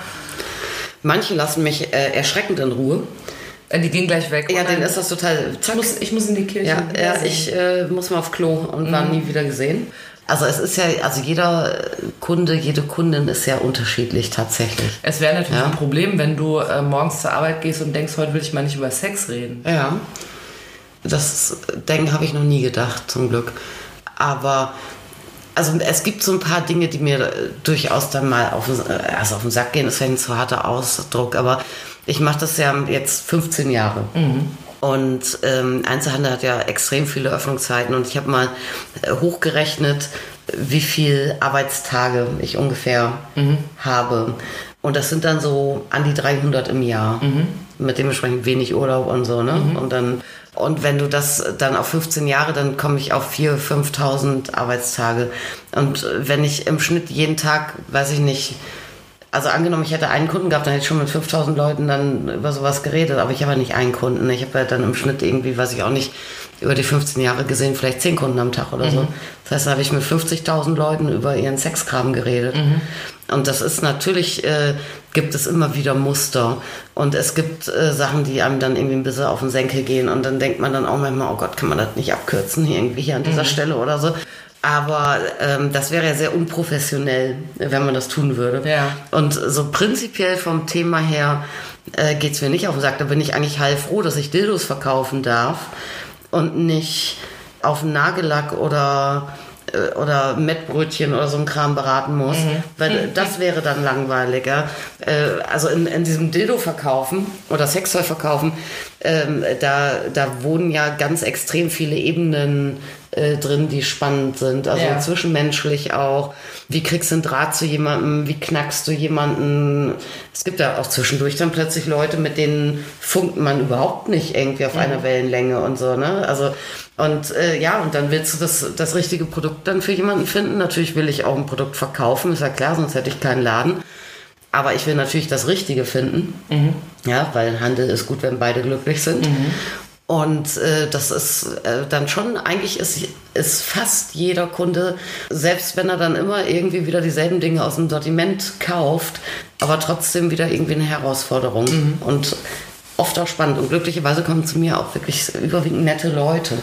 Speaker 3: Manche lassen mich äh, erschreckend in Ruhe.
Speaker 2: äh, die gehen gleich weg?
Speaker 3: Ja,
Speaker 2: oder?
Speaker 3: denen ist das total...
Speaker 2: ich, muss, ich Mhm. muss in die Kirche.
Speaker 3: Ja, ja
Speaker 2: Wiedersehen.
Speaker 3: ich äh, muss mal auf Klo und war nie wieder gesehen. Also es ist ja, also jeder äh, Kunde, jede Kundin ist ja unterschiedlich tatsächlich.
Speaker 2: Es wäre natürlich
Speaker 3: Ja.
Speaker 2: ein Problem, wenn du äh, morgens zur Arbeit gehst und denkst, heute will ich mal nicht über Sex reden.
Speaker 3: Ja. Das Denken habe ich noch nie gedacht, zum Glück. Aber also es gibt so ein paar Dinge, die mir äh, durchaus dann mal auf, den- äh, also auf den Sack gehen, ist vielleicht ein zu harter Ausdruck, aber ich mache das ja jetzt 15 Jahre. Und ähm, Einzelhandel hat ja extrem viele Öffnungszeiten und ich habe mal äh, hochgerechnet, wie viel Arbeitstage ich ungefähr habe. Und das sind dann so an die 300 im Jahr. Mit dementsprechend wenig Urlaub und so, ne? Und dann, und wenn du das dann auf 15 Jahre, dann komme ich auf 4.000, 5.000 Arbeitstage. Und äh, wenn ich im Schnitt jeden Tag, weiß ich nicht, also angenommen, ich hätte einen Kunden gehabt, dann hätte ich schon mit 5000 Leuten dann über sowas geredet, aber ich habe ja nicht einen Kunden. Ich habe ja dann im Schnitt irgendwie, weiß ich auch nicht, über die 15 Jahre gesehen, vielleicht 10 Kunden am Tag oder so. Das heißt, da habe ich mit 50.000 Leuten über ihren Sexkram geredet. Und das ist natürlich, äh, gibt es immer wieder Muster. Und es gibt äh, Sachen, die einem dann irgendwie ein bisschen auf den Senkel gehen. Und dann denkt man dann auch manchmal, oh Gott, kann man das nicht abkürzen, hier irgendwie hier an dieser Stelle oder so. Aber ähm, das wäre ja sehr unprofessionell, wenn man das tun würde.
Speaker 2: Ja.
Speaker 3: Und so prinzipiell vom Thema her äh, geht es mir nicht auf den Sack. Da bin ich eigentlich heilfroh, dass ich Dildos verkaufen darf und nicht auf einen Nagellack oder, äh, oder Mettbrötchen oder so einen Kram beraten muss. Weil das wäre dann langweiliger. Äh, also in, in diesem Dildo verkaufen oder Sextoy verkaufen, ähm, da, da wohnen ja ganz extrem viele Ebenen äh, drin, die spannend sind. Also
Speaker 2: Ja.
Speaker 3: zwischen zwischenmenschlich auch. Wie kriegst du einen Draht zu jemandem? Wie knackst du jemanden? Es gibt ja auch zwischendurch dann plötzlich Leute, mit denen funkt man überhaupt nicht irgendwie auf einer Wellenlänge und so, ne? Also, und äh, ja, und dann willst du das, das richtige Produkt dann für jemanden finden. Natürlich will ich auch ein Produkt verkaufen, ist ja klar, sonst hätte ich keinen Laden. Aber ich will natürlich das Richtige finden. Ja, weil Handel ist gut, wenn beide glücklich sind. Und äh, das ist äh, dann schon, eigentlich ist, ist fast jeder Kunde, selbst wenn er dann immer irgendwie wieder dieselben Dinge aus dem Sortiment kauft, aber trotzdem wieder irgendwie eine Herausforderung. Und oft auch spannend. Und glücklicherweise kommen zu mir auch wirklich überwiegend nette Leute.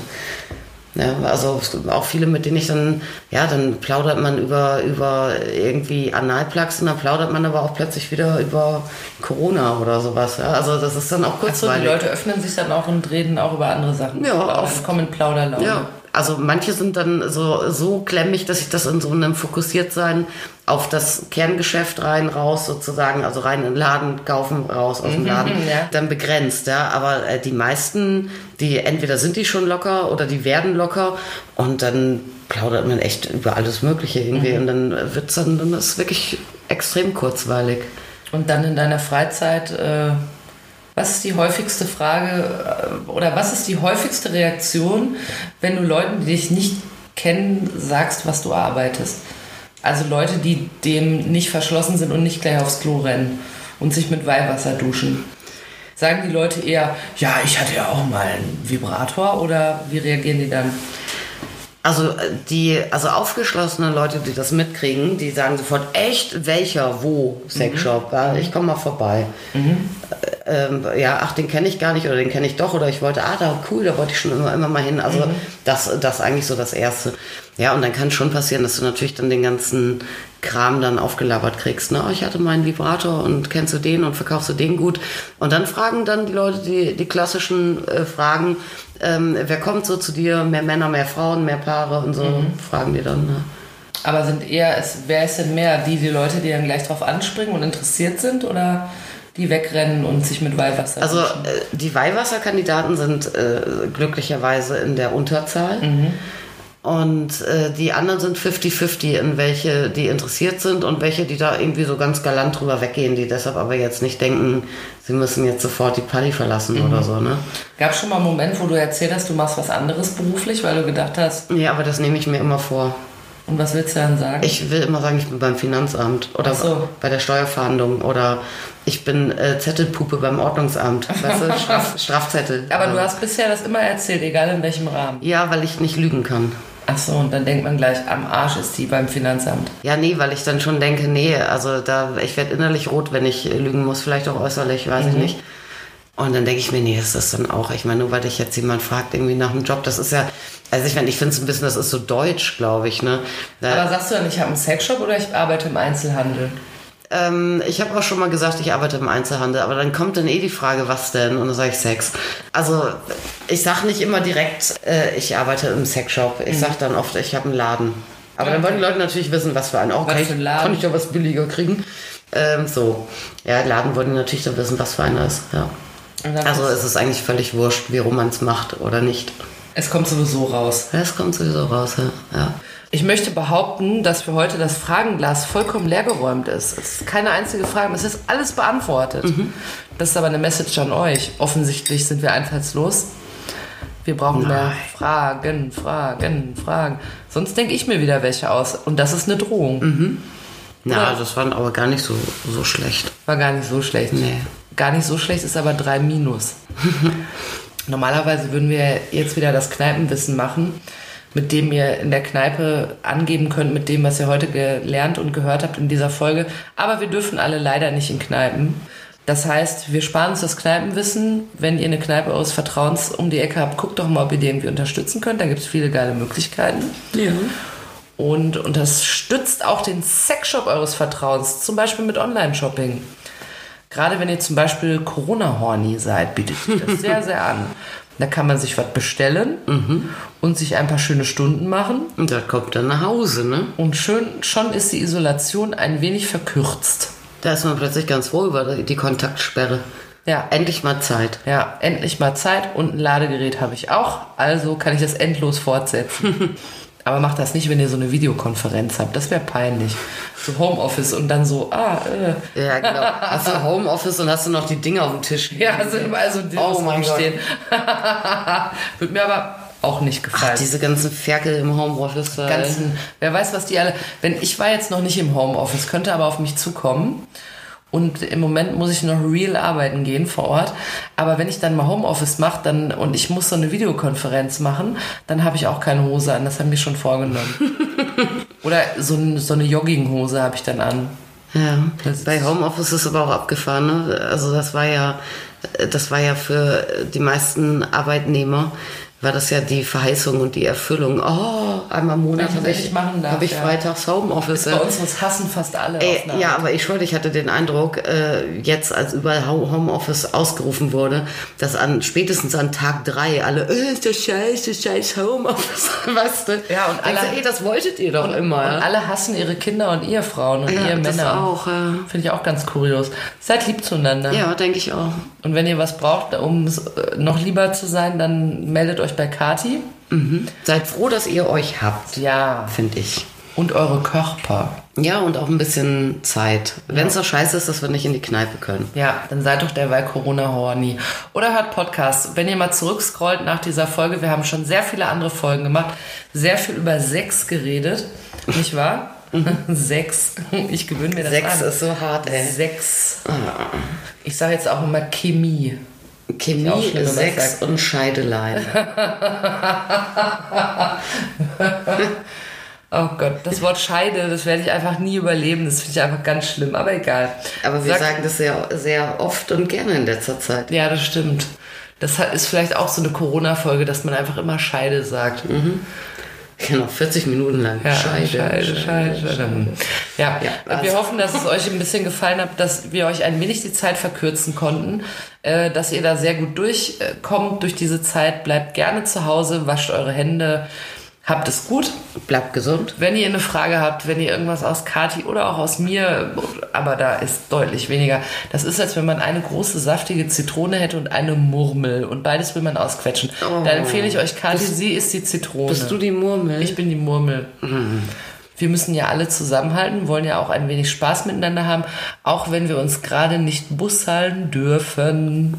Speaker 3: Ja, also auch viele, mit denen ich dann, ja, dann plaudert man über, über irgendwie Analplugs und dann plaudert man aber auch plötzlich wieder über Corona oder sowas. Ja, also das ist dann auch
Speaker 2: Achso, die
Speaker 3: kurzweilig.
Speaker 2: Leute öffnen sich dann auch und reden auch über andere Sachen.
Speaker 3: Ja,
Speaker 2: Über
Speaker 3: oft.
Speaker 2: Aufkommen, Plauderlaune.
Speaker 3: Ja, also manche sind dann so, so klemmig, dass ich das in so einem Fokussiertsein auf das Kerngeschäft rein, raus sozusagen, also rein in den Laden, kaufen, raus aus dem Laden,
Speaker 2: ja.
Speaker 3: dann begrenzt, ja. Aber äh, die meisten, die entweder sind die schon locker oder die werden locker und dann plaudert man echt über alles Mögliche irgendwie und dann wird's dann, dann ist wirklich extrem kurzweilig.
Speaker 2: Und dann in deiner Freizeit, äh, was ist die häufigste Frage äh, oder was ist die häufigste Reaktion, wenn du Leuten, die dich nicht kennen, sagst, was du arbeitest? Also Leute, die dem nicht verschlossen sind und nicht gleich aufs Klo rennen und sich mit Weihwasser duschen. Sagen die Leute eher, ja, ich hatte ja auch mal einen Vibrator oder wie reagieren die dann?
Speaker 3: Also äh, die, also aufgeschlossene Leute, die das mitkriegen, die sagen sofort, echt, welcher, wo Sexshop, ja, ich komme mal vorbei. Äh, Ähm, ja, ach, den kenne ich gar nicht oder den kenne ich doch oder ich wollte, ah, da cool, da wollte ich schon immer, immer mal hin. Also das, das eigentlich so das Erste. Ja, und dann kann schon passieren, dass du natürlich dann den ganzen Kram dann aufgelabert kriegst. Ne? Oh, ich hatte meinen Vibrator und kennst du den und verkaufst du den gut? Und dann fragen dann die Leute die, die klassischen äh, Fragen, ähm, wer kommt so zu dir? Mehr Männer, mehr Frauen, mehr Paare und so fragen die dann. Ne?
Speaker 2: Aber sind eher, es, wer ist denn mehr? Die, die Leute, die dann gleich drauf anspringen und interessiert sind oder die wegrennen und sich mit Weihwasser
Speaker 3: Also
Speaker 2: duschen?
Speaker 3: äh, die Weihwasserkandidaten sind äh, glücklicherweise in der Unterzahl.
Speaker 2: Mhm.
Speaker 3: Und äh, die anderen sind 50-50 in welche, die interessiert sind und welche, die da irgendwie so ganz galant drüber weggehen, die deshalb aber jetzt nicht denken, sie müssen jetzt sofort die Party verlassen oder
Speaker 2: Mhm.
Speaker 3: so, ne?
Speaker 2: Gab schon mal einen Moment, wo du erzählt hast, du machst was anderes beruflich, weil du gedacht hast,
Speaker 3: Ja, aber das nehme ich mir immer vor.
Speaker 2: und was willst du dann sagen?
Speaker 3: Ich will immer sagen, ich bin beim Finanzamt oder
Speaker 2: Ach so.
Speaker 3: bei der Steuerfahndung oder ich bin äh, Zettelpuppe beim Ordnungsamt. Weißt du, Straf Strafzettel.
Speaker 2: Aber du
Speaker 3: Also-
Speaker 2: hast bisher das immer erzählt, egal in welchem Rahmen.
Speaker 3: Ja, weil ich nicht lügen kann.
Speaker 2: Ach so, und dann denkt man gleich, am Arsch ist die beim Finanzamt.
Speaker 3: Ja, nee, weil ich dann schon denke, nee, also da, ich werde innerlich rot, wenn ich äh, lügen muss, vielleicht auch äußerlich, weiß ich nicht. Und dann denke ich mir, nee, das ist dann auch, ich meine, nur weil dich jetzt jemand fragt irgendwie nach einem Job, das ist ja, also ich meine, ich finde es ein bisschen, das ist so deutsch, glaube ich, ne? Da,
Speaker 2: Aber sagst du dann, ich habe einen Sexshop oder ich arbeite im Einzelhandel?
Speaker 3: ähm, ich habe auch schon mal gesagt, ich arbeite im Einzelhandel, aber dann kommt dann eh die Frage, was denn? Und dann sage ich Sex. Also ich sage nicht immer direkt, äh, ich arbeite im Sexshop.
Speaker 2: Mhm.
Speaker 3: Ich sage dann oft, ich habe einen Laden. Aber dann wollen die Leute natürlich wissen, was für einen. Okay,
Speaker 2: Was für ein Laden?
Speaker 3: kann ich doch was billiger kriegen. Ähm, so, ja, Laden wollen die natürlich dann wissen, was für einer ist. Ja.
Speaker 2: Und dann
Speaker 3: Also
Speaker 2: ist-
Speaker 3: es ist eigentlich völlig wurscht, wie rum man es macht oder nicht.
Speaker 2: es kommt sowieso raus.
Speaker 3: Das kommt sowieso raus, ja. ja.
Speaker 2: Ich möchte behaupten, dass für heute das Fragenglas vollkommen leergeräumt ist. Es ist keine einzige Frage, es ist alles beantwortet. Das ist aber eine Message an euch. Offensichtlich sind wir einfallslos. Wir brauchen mehr Fragen, Fragen, Fragen. Sonst denke ich mir wieder welche aus. Und das ist eine Drohung.
Speaker 3: Na,
Speaker 2: Ja.
Speaker 3: das waren aber gar nicht so, so schlecht.
Speaker 2: War gar nicht so schlecht.
Speaker 3: Nee.
Speaker 2: Gar nicht so schlecht ist aber 3 minus. Normalerweise würden wir jetzt wieder das Kneipenwissen machen, mit dem ihr in der Kneipe angeben könnt, mit dem, was ihr heute gelernt und gehört habt in dieser Folge. Aber wir dürfen alle leider nicht in Kneipen. Das heißt, wir sparen uns das Kneipenwissen. Wenn ihr eine Kneipe eures Vertrauens um die Ecke habt, guckt doch mal, ob ihr die irgendwie unterstützen könnt. Da gibt es viele geile Möglichkeiten.
Speaker 3: Ja.
Speaker 2: Und unterstützt auch den Sexshop eures Vertrauens, zum Beispiel mit Online-Shopping. Gerade wenn ihr zum Beispiel Corona-Horny seid, bietet sich das sehr, sehr an. Da kann man sich was bestellen und sich ein paar schöne Stunden machen.
Speaker 3: Und das kommt dann nach Hause, ne?
Speaker 2: Und schön, schon ist die Isolation ein wenig verkürzt.
Speaker 3: Da ist man plötzlich ganz froh über die Kontaktsperre.
Speaker 2: Ja,
Speaker 3: Endlich mal Zeit.
Speaker 2: ja endlich mal Zeit und ein Ladegerät habe ich auch. Also kann ich das endlos fortsetzen. Aber macht das nicht, wenn ihr so eine Videokonferenz habt. Das wäre peinlich. So Homeoffice und dann so, ah, äh.
Speaker 3: Ja, genau. Hast du Homeoffice und hast du noch die Dinge auf dem Tisch?
Speaker 2: Ja, also überall so Dildos
Speaker 3: Oh mein
Speaker 2: rumstehen. Wird mir aber auch nicht gefallen.
Speaker 3: Ach, diese ganzen Ferkel im Homeoffice. äh,
Speaker 2: ganzen, wer weiß, was die alle. Wenn ich war jetzt noch nicht im Homeoffice, könnte aber auf mich zukommen. und im Moment muss ich noch real arbeiten gehen vor Ort. Aber wenn ich dann mal Homeoffice mache dann, und ich muss so eine Videokonferenz machen, dann habe ich auch keine Hose an. Das haben wir schon vorgenommen. Oder so, ein- so eine Jogginghose habe ich dann an.
Speaker 3: Ja,
Speaker 2: Das
Speaker 3: bei
Speaker 2: ist-
Speaker 3: Homeoffice ist aber auch abgefahren. Ne? Also das war ja, das war ja für die meisten Arbeitnehmer war das ja die Verheißung und die Erfüllung. Oh, einmal im Monat
Speaker 2: Wenn ich
Speaker 3: habe
Speaker 2: das
Speaker 3: ich,
Speaker 2: nicht machen darf,
Speaker 3: hab ich
Speaker 2: ja.
Speaker 3: freitags Homeoffice.
Speaker 2: Bei uns, uns hassen fast alle.
Speaker 3: Äh, Ey,
Speaker 2: auf eine
Speaker 3: ja,
Speaker 2: Art.
Speaker 3: aber ich schwöre, ich hatte den Eindruck, äh, jetzt als überall Ho- Homeoffice ausgerufen wurde, dass an spätestens an Tag drei alle, äh, ist das scheiß, das scheiß Homeoffice, weißt du?
Speaker 2: Ja, und
Speaker 3: Denkst du,
Speaker 2: alle-
Speaker 3: ey, das wolltet ihr doch immer.
Speaker 2: Und alle hassen ihre Kinder und ihre Frauen und
Speaker 3: ja,
Speaker 2: ihre
Speaker 3: das
Speaker 2: Männer.
Speaker 3: auch. Äh,
Speaker 2: Finde ich auch ganz kurios. Seid lieb zueinander.
Speaker 3: ja, denke ich auch.
Speaker 2: Und wenn ihr was braucht, um s- äh, noch lieber zu sein, dann meldet euch bei Kati.
Speaker 3: Mhm. Seid froh, dass ihr euch habt,
Speaker 2: Ja.
Speaker 3: finde ich.
Speaker 2: Und eure Körper.
Speaker 3: Ja, und auch ein bisschen Zeit. Wenn es so scheiße ist, dass wir nicht in die Kneipe können.
Speaker 2: Ja, dann seid doch derweil Corona-Horny. Oder hört Podcasts. Wenn ihr mal zurückscrollt nach dieser Folge, wir haben schon sehr viele andere Folgen gemacht, sehr viel über Sex geredet, nicht wahr? Mhm. Sechs. Ich gewöhne mir das
Speaker 3: Sex
Speaker 2: an.
Speaker 3: ist so hart, ey.
Speaker 2: Sechs.
Speaker 3: Ah.
Speaker 2: Ich sage jetzt auch immer Chemie.
Speaker 3: Chemie,
Speaker 2: Auch schlimm, wenn man
Speaker 3: Sex
Speaker 2: sagt.
Speaker 3: und Scheidelein.
Speaker 2: Oh Gott, das Wort Scheide, das werde ich einfach nie überleben. Das finde ich einfach ganz schlimm, aber egal.
Speaker 3: Aber wir
Speaker 2: Sag-
Speaker 3: sagen das sehr, sehr oft und gerne in letzter Zeit.
Speaker 2: Ja, das stimmt. Das hat- ist vielleicht auch so eine Corona-Folge, dass man einfach immer Scheide sagt.
Speaker 3: Genau, 40 Minuten lang.
Speaker 2: Ja,
Speaker 3: Hm, Scheide,
Speaker 2: Scheide, Scheide, Scheide. Hm. Ja,
Speaker 3: Ja,
Speaker 2: und wir
Speaker 3: also-
Speaker 2: hoffen, dass es euch ein bisschen gefallen hat, dass wir euch ein wenig die Zeit verkürzen konnten, äh, dass ihr da sehr gut durchkommt durch diese Zeit. Bleibt gerne zu Hause, wascht eure Hände, habt es gut.
Speaker 3: Bleibt gesund.
Speaker 2: Wenn ihr eine Frage habt, wenn ihr irgendwas aus Kati oder auch aus mir, aber da ist deutlich weniger. Das ist, als wenn man eine große saftige Zitrone hätte und eine Murmel und beides will man ausquetschen.
Speaker 3: Oh.
Speaker 2: Da empfehle ich euch Kati, sie ist die Zitrone.
Speaker 3: Bist du Mhm. die Murmel?
Speaker 2: Genau. Ich bin die Murmel. Wir müssen ja alle zusammenhalten, wollen ja auch ein wenig Spaß miteinander haben, auch wenn wir uns gerade nicht busseln dürfen.